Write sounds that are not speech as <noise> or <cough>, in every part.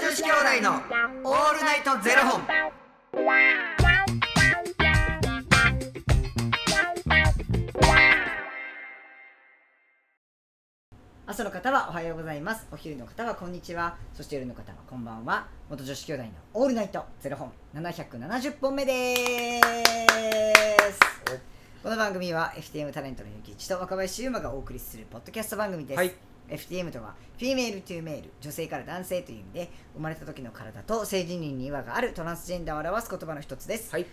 子兄弟のオールナイトゼロ本。朝の方はおはようございますお昼の方はこんにちはそして夜の方はこんばんは元女子兄弟のオールナイトゼロ本770本目ですこの番組は FTM タレントのゆきいちと若林優馬がお送りするポッドキャスト番組です、はい FTM とはフィメールトゥーメール女性から男性という意味で生まれた時の体と性自認に違和があるトランスジェンダーを表す言葉の一つです、はい。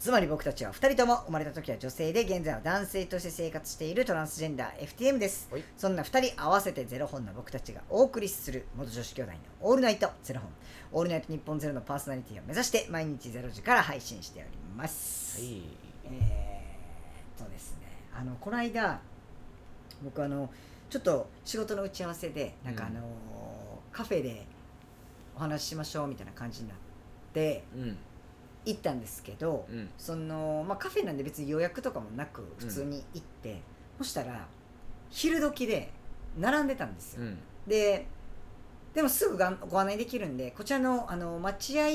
つまり僕たちは2人とも生まれた時は女性で現在は男性として生活しているトランスジェンダー FTM です、はいそんな2人合わせてゼロ本の僕たちがお送りする元女子兄弟の「オールナイトゼロ本」「オールナイト日本ゼロのパーソナリティを目指して毎日ゼロ時から配信しております、い。えー、っとですねあのこの間僕あのちょっと仕事の打ち合わせでなんかあのーカフェでお話ししましょうみたいな感じになってうん。行ったんですけど、うん。その、まあ、カフェなんで別に予約とかもなく普通に行って、そしたら昼時で並んでたんですよ、うん。ででもすぐがご案内できるんでこちらのあの待合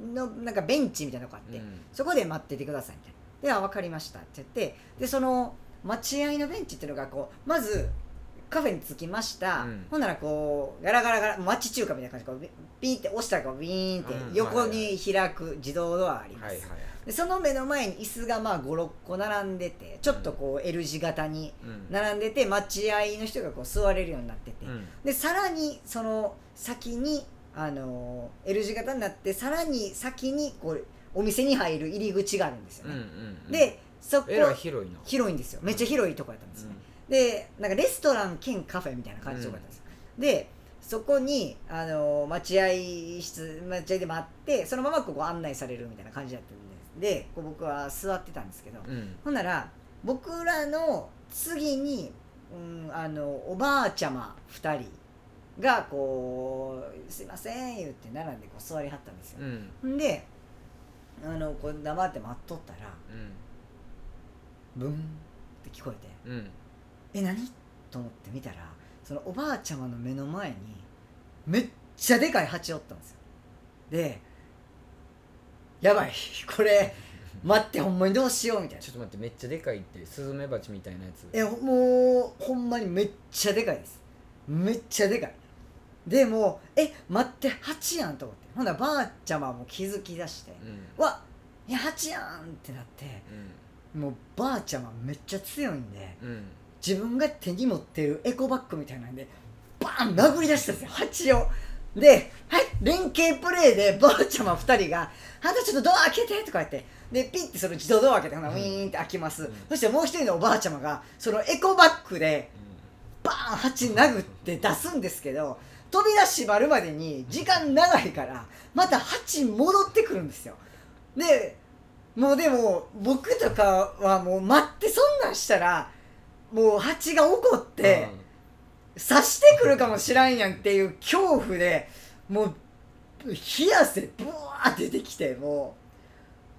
のなんかベンチみたいなのがあって、そこで待っててくださいみたいな。で、あ、分かりましたって言って、で、その、待合のベンチっていうのが、こう、まず、カフェに着きました。うんほんなら、こう、ガラガラガラ、町中華みたいな感じでこうビ、ピンって押したら、こうビーンうっんて横に開く自動ドアあります。はいはい。でその目の前に椅子がまあ5、6個並んでて、ちょっとこう L 字型にうん。並んでて、待合の人がこう座れるようになってて、うん。でさらにその先に、あのー L 字型になってさらに先にこうお店に入る入り口があるんですようん。うね、ん。でそこえらい広いな。広いんですよめっちゃ広いとこやったんですよ、うでなんかレストラン兼カフェみたいな感じのとこやったんですよ、でそこに、あのー待合室待合で待ってそのままここ案内されるみたいな感じだったんででこう僕は座ってたんですけど、んうん。ほんなら僕らの次に、うん、あのおばあちゃま2人がこう「すいません」言って並んでこう座りはったんですよう。ん。ほんであのこう黙って待っとったらブンって聞こえてうん。うん。 「え何?」と思って見たらそのおばあちゃまの目の前にめっちゃでかい蜂おったんですよ。でやばい <laughs> これ待ってほんまにどうしようみたいなちょっと待って、めっちゃでかいって、スズメバチみたいなやつ。えほもうほんまにめっちゃでかいですめっちゃでかいでもうえ待って8やんと思ってほんならばあちゃまも気づきだしてうん。わっいや8やんってなってうもうばあちゃまめっちゃ強いんでん。うん。自分が手に持ってるエコバッグみたいなんでバーン殴り出したんですよ8をで、はい、連携プレーでばあちゃま2人が「あんたちょっとドア開けて」とか言ってでピッてその自動ドア開けてほなウィーンって開きます、うんそしてもう一人のおばあちゃまがそのエコバッグでバーン蜂殴って出すんですけど扉閉まるまでに時間長いからまた蜂戻ってくるんですよでもうでも僕とかはもう待ってそんなんしたらもう蜂が怒って刺してくるかもしらんやんっていう恐怖でもう冷や汗ブワー出てきてもう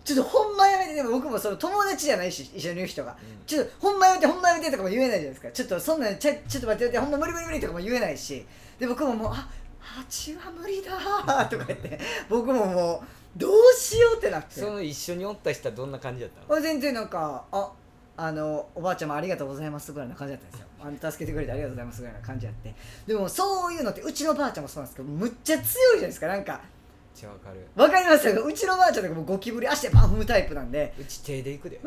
ちょっとほんまやめてでも僕もその友達じゃないし一緒にいる人がうん、ちょっと、ほんまやめて、ほんまやめてとかも言えないじゃないですか。ちょっと、そんなん、ちょちょっと待って待って、ほんま無理無理無理とかも言えないし。で、僕ももう、あ、蜂は無理だーとか言って、僕ももう、どうしようってなって。その一緒におった人はどんな感じだったのあ全然なんか、あ、あの、おばあちゃまありがとうございますぐらいな感じだったんですよ。あの、助けてくれてありがとうございますぐらいな感じだって。でも、そういうのって、うちのばあちゃんもそうなんですけど、むっちゃ強いじゃないですか。なんか、じゃあわかる。わかりますよ。うちのばあちゃんとかもうゴキブリ足でパン踏むタイプなんで、うち手で行くで。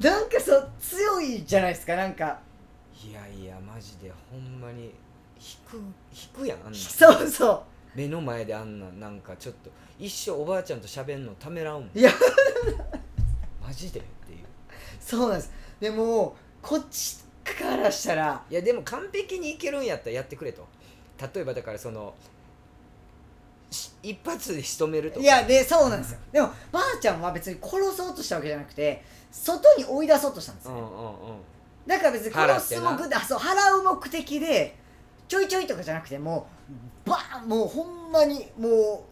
なんかそう、強いじゃないですか。なんか、いやいや、マジで、ほんまに。引く、引くやん、あんな。そうそう。目の前であんななんかちょっと一生おばあちゃんと喋んのためらうもんいやマジでっていうそうなんですでもこっちからしたらいやでも完璧にいけるんやったらやってくれと例えばだからそのし一発で仕留めるとかいやでそうなんですよでもばあちゃんは別に殺そうとしたわけじゃなくて外に追い出そうとしたんですうんよ、うんうんだから別に殺す払っ目て的そう払う目的でちょいちょいとかじゃなくてもうバーンもうほんまにもう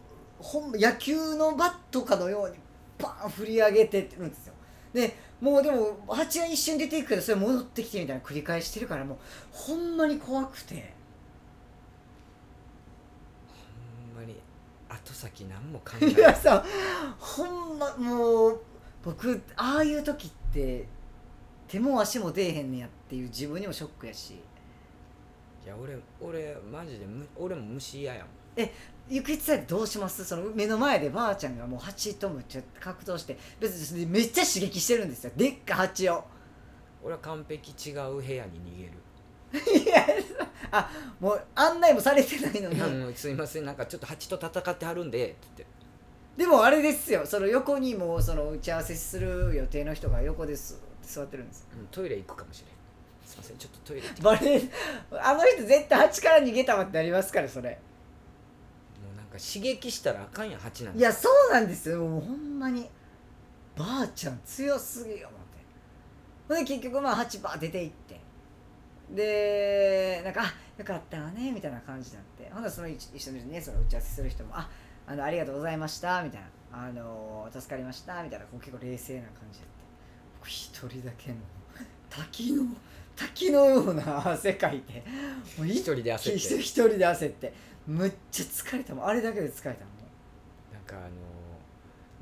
ほんま野球のバットかのようにバーン振り上げてるんですよでもうでも蜂が一瞬出ていくけどそれ戻ってきてみたいな繰り返してるからもうほんまに怖くてほ先何も考えいなやいさほんまもう僕ああいう時って手も足も出えへんねやっていう自分にもショックやしいや俺俺マジでむ俺も虫嫌やもん行くつどうしますその目の前でばあちゃんがもう蜂とむちょっと格闘して別にめっちゃ刺激してるんですよでっか蜂を俺は完璧違う部屋に逃げるいやあもう案内もされてないのに、うんすいませんなんかちょっと蜂と戦ってはるんでってでもあれですよその横にもうその打ち合わせする予定の人が横ですって座ってるんです言って、うんトイレ行くかもしれんすいませんちょっとトイレ行ってもバレあの人絶対蜂から逃げたわってなりますからそれうなんか刺激したらあかんやん蜂なんいてやそうなんですよもうほんまにばあちゃん強すぎよ思ってほんで結局まあ8バー出て行ってでなんか「あよかったわね」みたいな感じになってほんならその一一緒にねその打ち合わせする人も「ああのありがとうございました」みたいな「あの助かりました」みたいなこう結構冷静な感じだって僕一人だけの滝の滝のような汗かいてもう一一人で気焦にって一人で焦ってむっちゃ疲れたもんあれだけで疲れたもんなんかあのー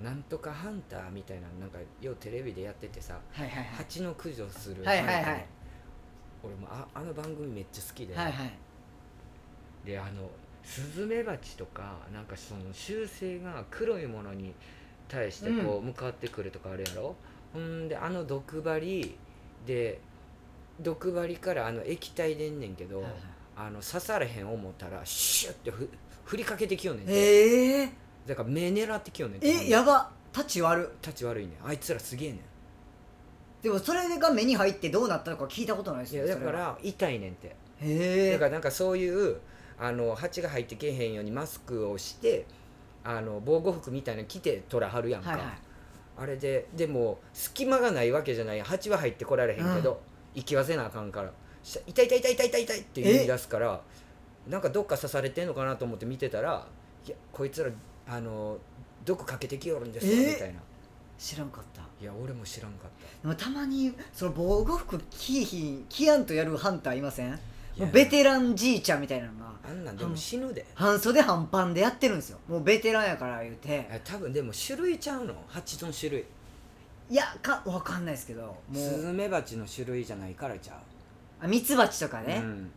なんとかハンターみたいななんかようテレビでやっててさはいはいはい蜂の駆除するはいはいはいハンター俺もああの番組めっちゃ好きで、はいはいであのスズメバチとかなんかその習性が黒いものに対してこう向かってくるとかあるやろ、ほんであの毒針で毒針からあの液体出んねんけど、はいはいあの刺されへん思ったらシュッてふ振りかけてきよんねんて、えー、だから目狙ってきよんねんてえやばタち悪る立ち悪いねんあいつらすげえねんでもそれが目に入ってどうなったのか聞いたことないですいやよだから痛いねんてだへからなんかそういうあの蜂が入ってけえへんようにマスクをしてあの防護服みたいなの着て虎張るやえんか、はいはいあれででも隙間がないわけじゃない蜂は入ってこられへんけど、行き忘れなあかんからし痛い痛い痛い痛い痛い痛いって言い出すからなんかどっか刺されてんのかなと思って見てたらいやこいつらあの毒かけてきよるんですよえみたいな知らんかったいや俺も知らんかったでもたまにその防護服着いひん着やんとやるハンターいませんいもやうベテランじいちゃんみたいなのがあんなんでも死ぬで半袖半パンでやってるんですよもうベテランやから言うてえ多分でも種類ちゃうの蜂の種類いやかわかんないですけどもスズうメバチの種類じゃないからちゃあミツバチとかう、ねう、ん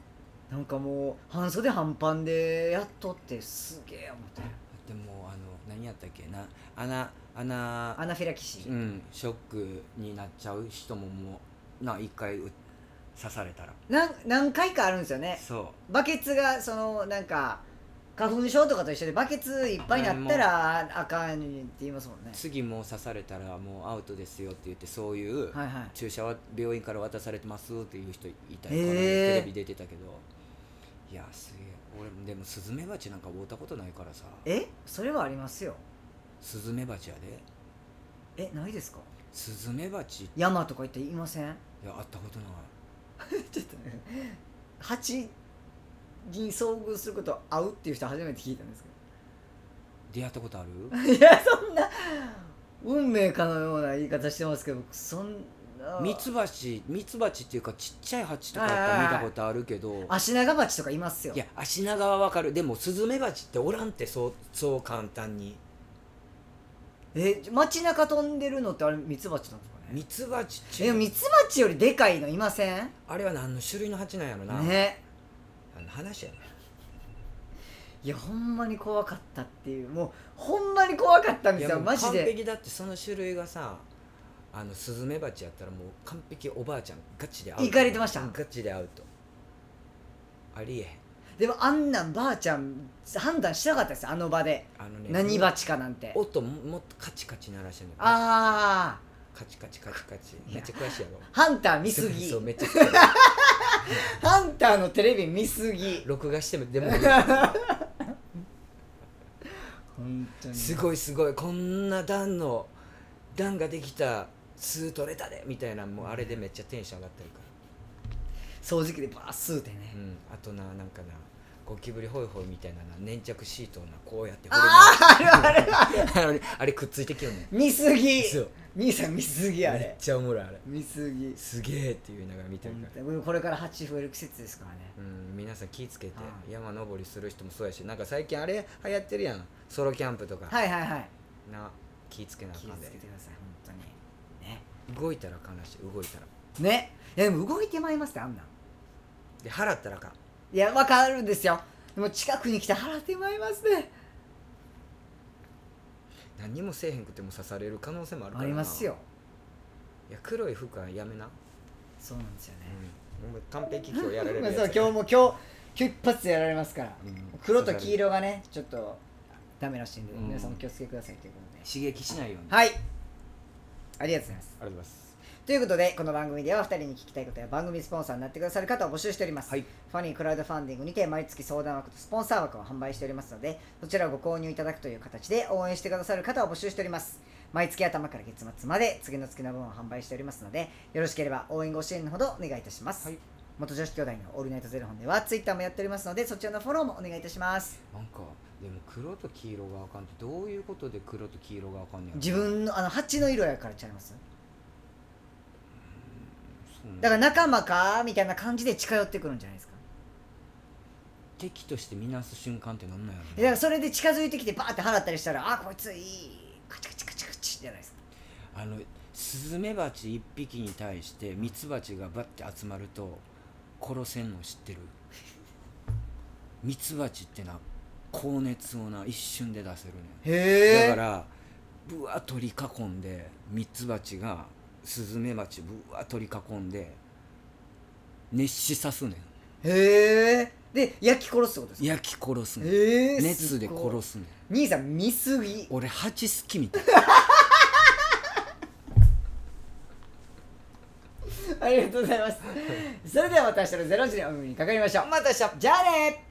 なんかもう半袖半パンでやっとってすげえ思ってでもあの何やったっけな穴穴アナフィラキシーうん、ショックになっちゃう人ももうな一回う刺されたらなん何回かあるんですよねそバケツがそのなんか花粉症とかと一緒でバケツいっぱいになったらあかんって言いますもんねう次もう刺されたらもうアウトですよって言ってそういうはいはい注射は病院から渡されてますっていう人いたりへこーの間テレビ出てたけどいやすげえ俺もでもスズメバチなんか追ったことないからさえそれはありますよスズメバチやでえないですかスズメバチい山とか行って言いませんや会ったことないちょっとね蜂に遭遇すること合うっていう人初めて聞いたんです出会ったこと <laughs> あるけどいやそんな運命かのような言い方してますけど僕そんなミツバチミツバチっていうかちっちゃい蜂とかやったら見たことあるけど足長鉢とかいますよいや足長はわかるでもスズメバチっておらんってそうそう簡単にえ街中飛んでるのってあれミツバチなんですかねミツバチっちゅうえミツバチよりでかいのいませんあれは何の種類の蜂なんやろな、ねあの話やね <laughs> いやほんまに怖かったっていうもうほんまに怖かったんですよもうマジ完で璧だってその種類がさあのスズメバチやったらもう完璧おばあちゃんガチでアウト行かれてましたガチでアウトありえへんでもあんなんばあちゃん判断しなかったですよあの場であのね何バチかなんて音ももっとカチカチ鳴らしてんのああカチカチカチカチいやめっちゃ悔しいやろハンター見す <laughs> ぎそうめっちゃ悔しいやろハンターのテレビ見すぎ録画しても <laughs> でも本当にすごいすごいこんな段の段ができた数取れたでみたいなもうあれでめっちゃテンション上がってるか掃除機でバースーってね、ら、うん、あとななんかなゴキブリホイホイみたいなな粘着シートをなこうやってあ <laughs> あああるあるあるあのあれくっついてきよんねん見すぎそう兄さん見すぎあめっれちゃおもろいあれ見すぎすげえって言いながら見てるか本当にこれから蜂増える季節ですからねら、うん、皆さん気ぃつけては山登りする人もそうやしなんか最近あれ流行ってるやんソロキャンプとか、はいはいはいな気ぃつけなあ気かをんでつけてください本当にね動いたらあかんらしい動いたらねいやでも動いてまいりますねあんなんで払ったらあかんいやわかるんですよでも近くに来て払ってまいりますね何もせえへんくても刺される可能性もあるかあらなりますよいや黒い服はやめな、そうなんですよねうん、もう完璧今日やられるや <laughs> つそう今日も今日今日一発でやられますからうん黒と黄色がねちょっとダメらしいんで、うん皆さんお気をつけくださいということで刺激しないように、はいありがとうございますありがとうございますということでこの番組では2人に聞きたいことや番組スポンサーになってくださる方を募集しております、はいファニークラウドファンディングにて毎月相談枠とスポンサー枠を販売しておりますのでそちらをご購入いただくという形で応援してくださる方を募集しております毎月頭から月末まで次の月の分を販売しておりますのでよろしければ応援ご支援のほどお願いいたします、はい元女子兄弟のオールナイトゼロ本ではツイッターもやっておりますのでそちらのフォローもお願いいたしますなんかでも黒と黄色があかんってどういうことで黒と黄色があかんねやろ自分のあの蜂の色やからちゃいますそうねだから仲間かみたいな感じで近寄ってくるんじゃないですか敵として見なす瞬間ってなんなんやでだろなからそれで近づいてきてバーって払ったりしたらあこいついいカチカチカチカチじゃないですかあのスズメバチ1匹に対してミツバチがバッて集まると殺せんの知ってるミツバチってな高熱をな一瞬で出せるねんへだからぶわー取り囲んでミツバチがスズメバチぶわー取り囲んで熱死さすねへえで焼き殺すってことですんか焼き殺すねんへえ熱ですごい殺すねん兄さん見すぎ俺蜂好きみたいありがとうございますそれではまた明日の『ゼロ時にお耳にかかりましょうまた明日じゃあね